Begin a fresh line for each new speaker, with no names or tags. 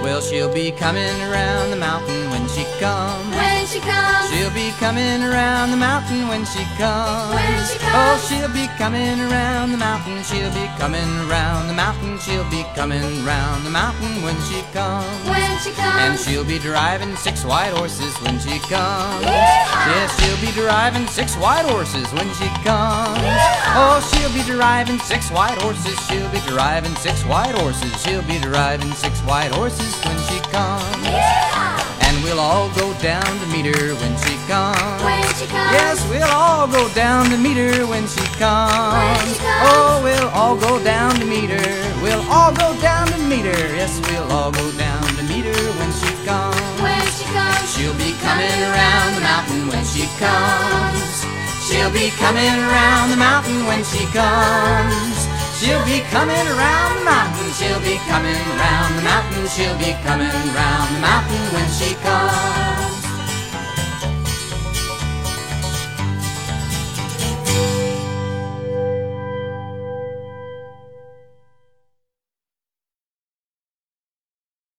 Well, she'll be coming around the mountain when she comes.
When she comes,
She'll be coming around the mountain when she comes.
When she comes.
Oh, she'll be coming around the mountain. She'll be coming around the mountain. She'll be coming round the mountain when she comes.
when she
And
comes,
she'll be driving six white horses when she comes.
Yeehaw!
Yes, she'll be driving six white horses when she comes. Oh, she'll be driving six white horses. She'll be driving six white horses. She'll be driving six white horses when she comes. And we'll all go down to meet her when she comes.
when she comes,
Yes, we'll all go down to meet her when she comes. Oh, we'll all go down to meet her. We'll all go down to meet her. Yes, we'll all go down to meet her when she comes.
when she comes,
She'll be coming around the mountain when she comes. She'll be coming around the mountain when she comes. She'll be coming around the mountain. She'll be coming around the mountain. She'll be coming around the mountain when she comes.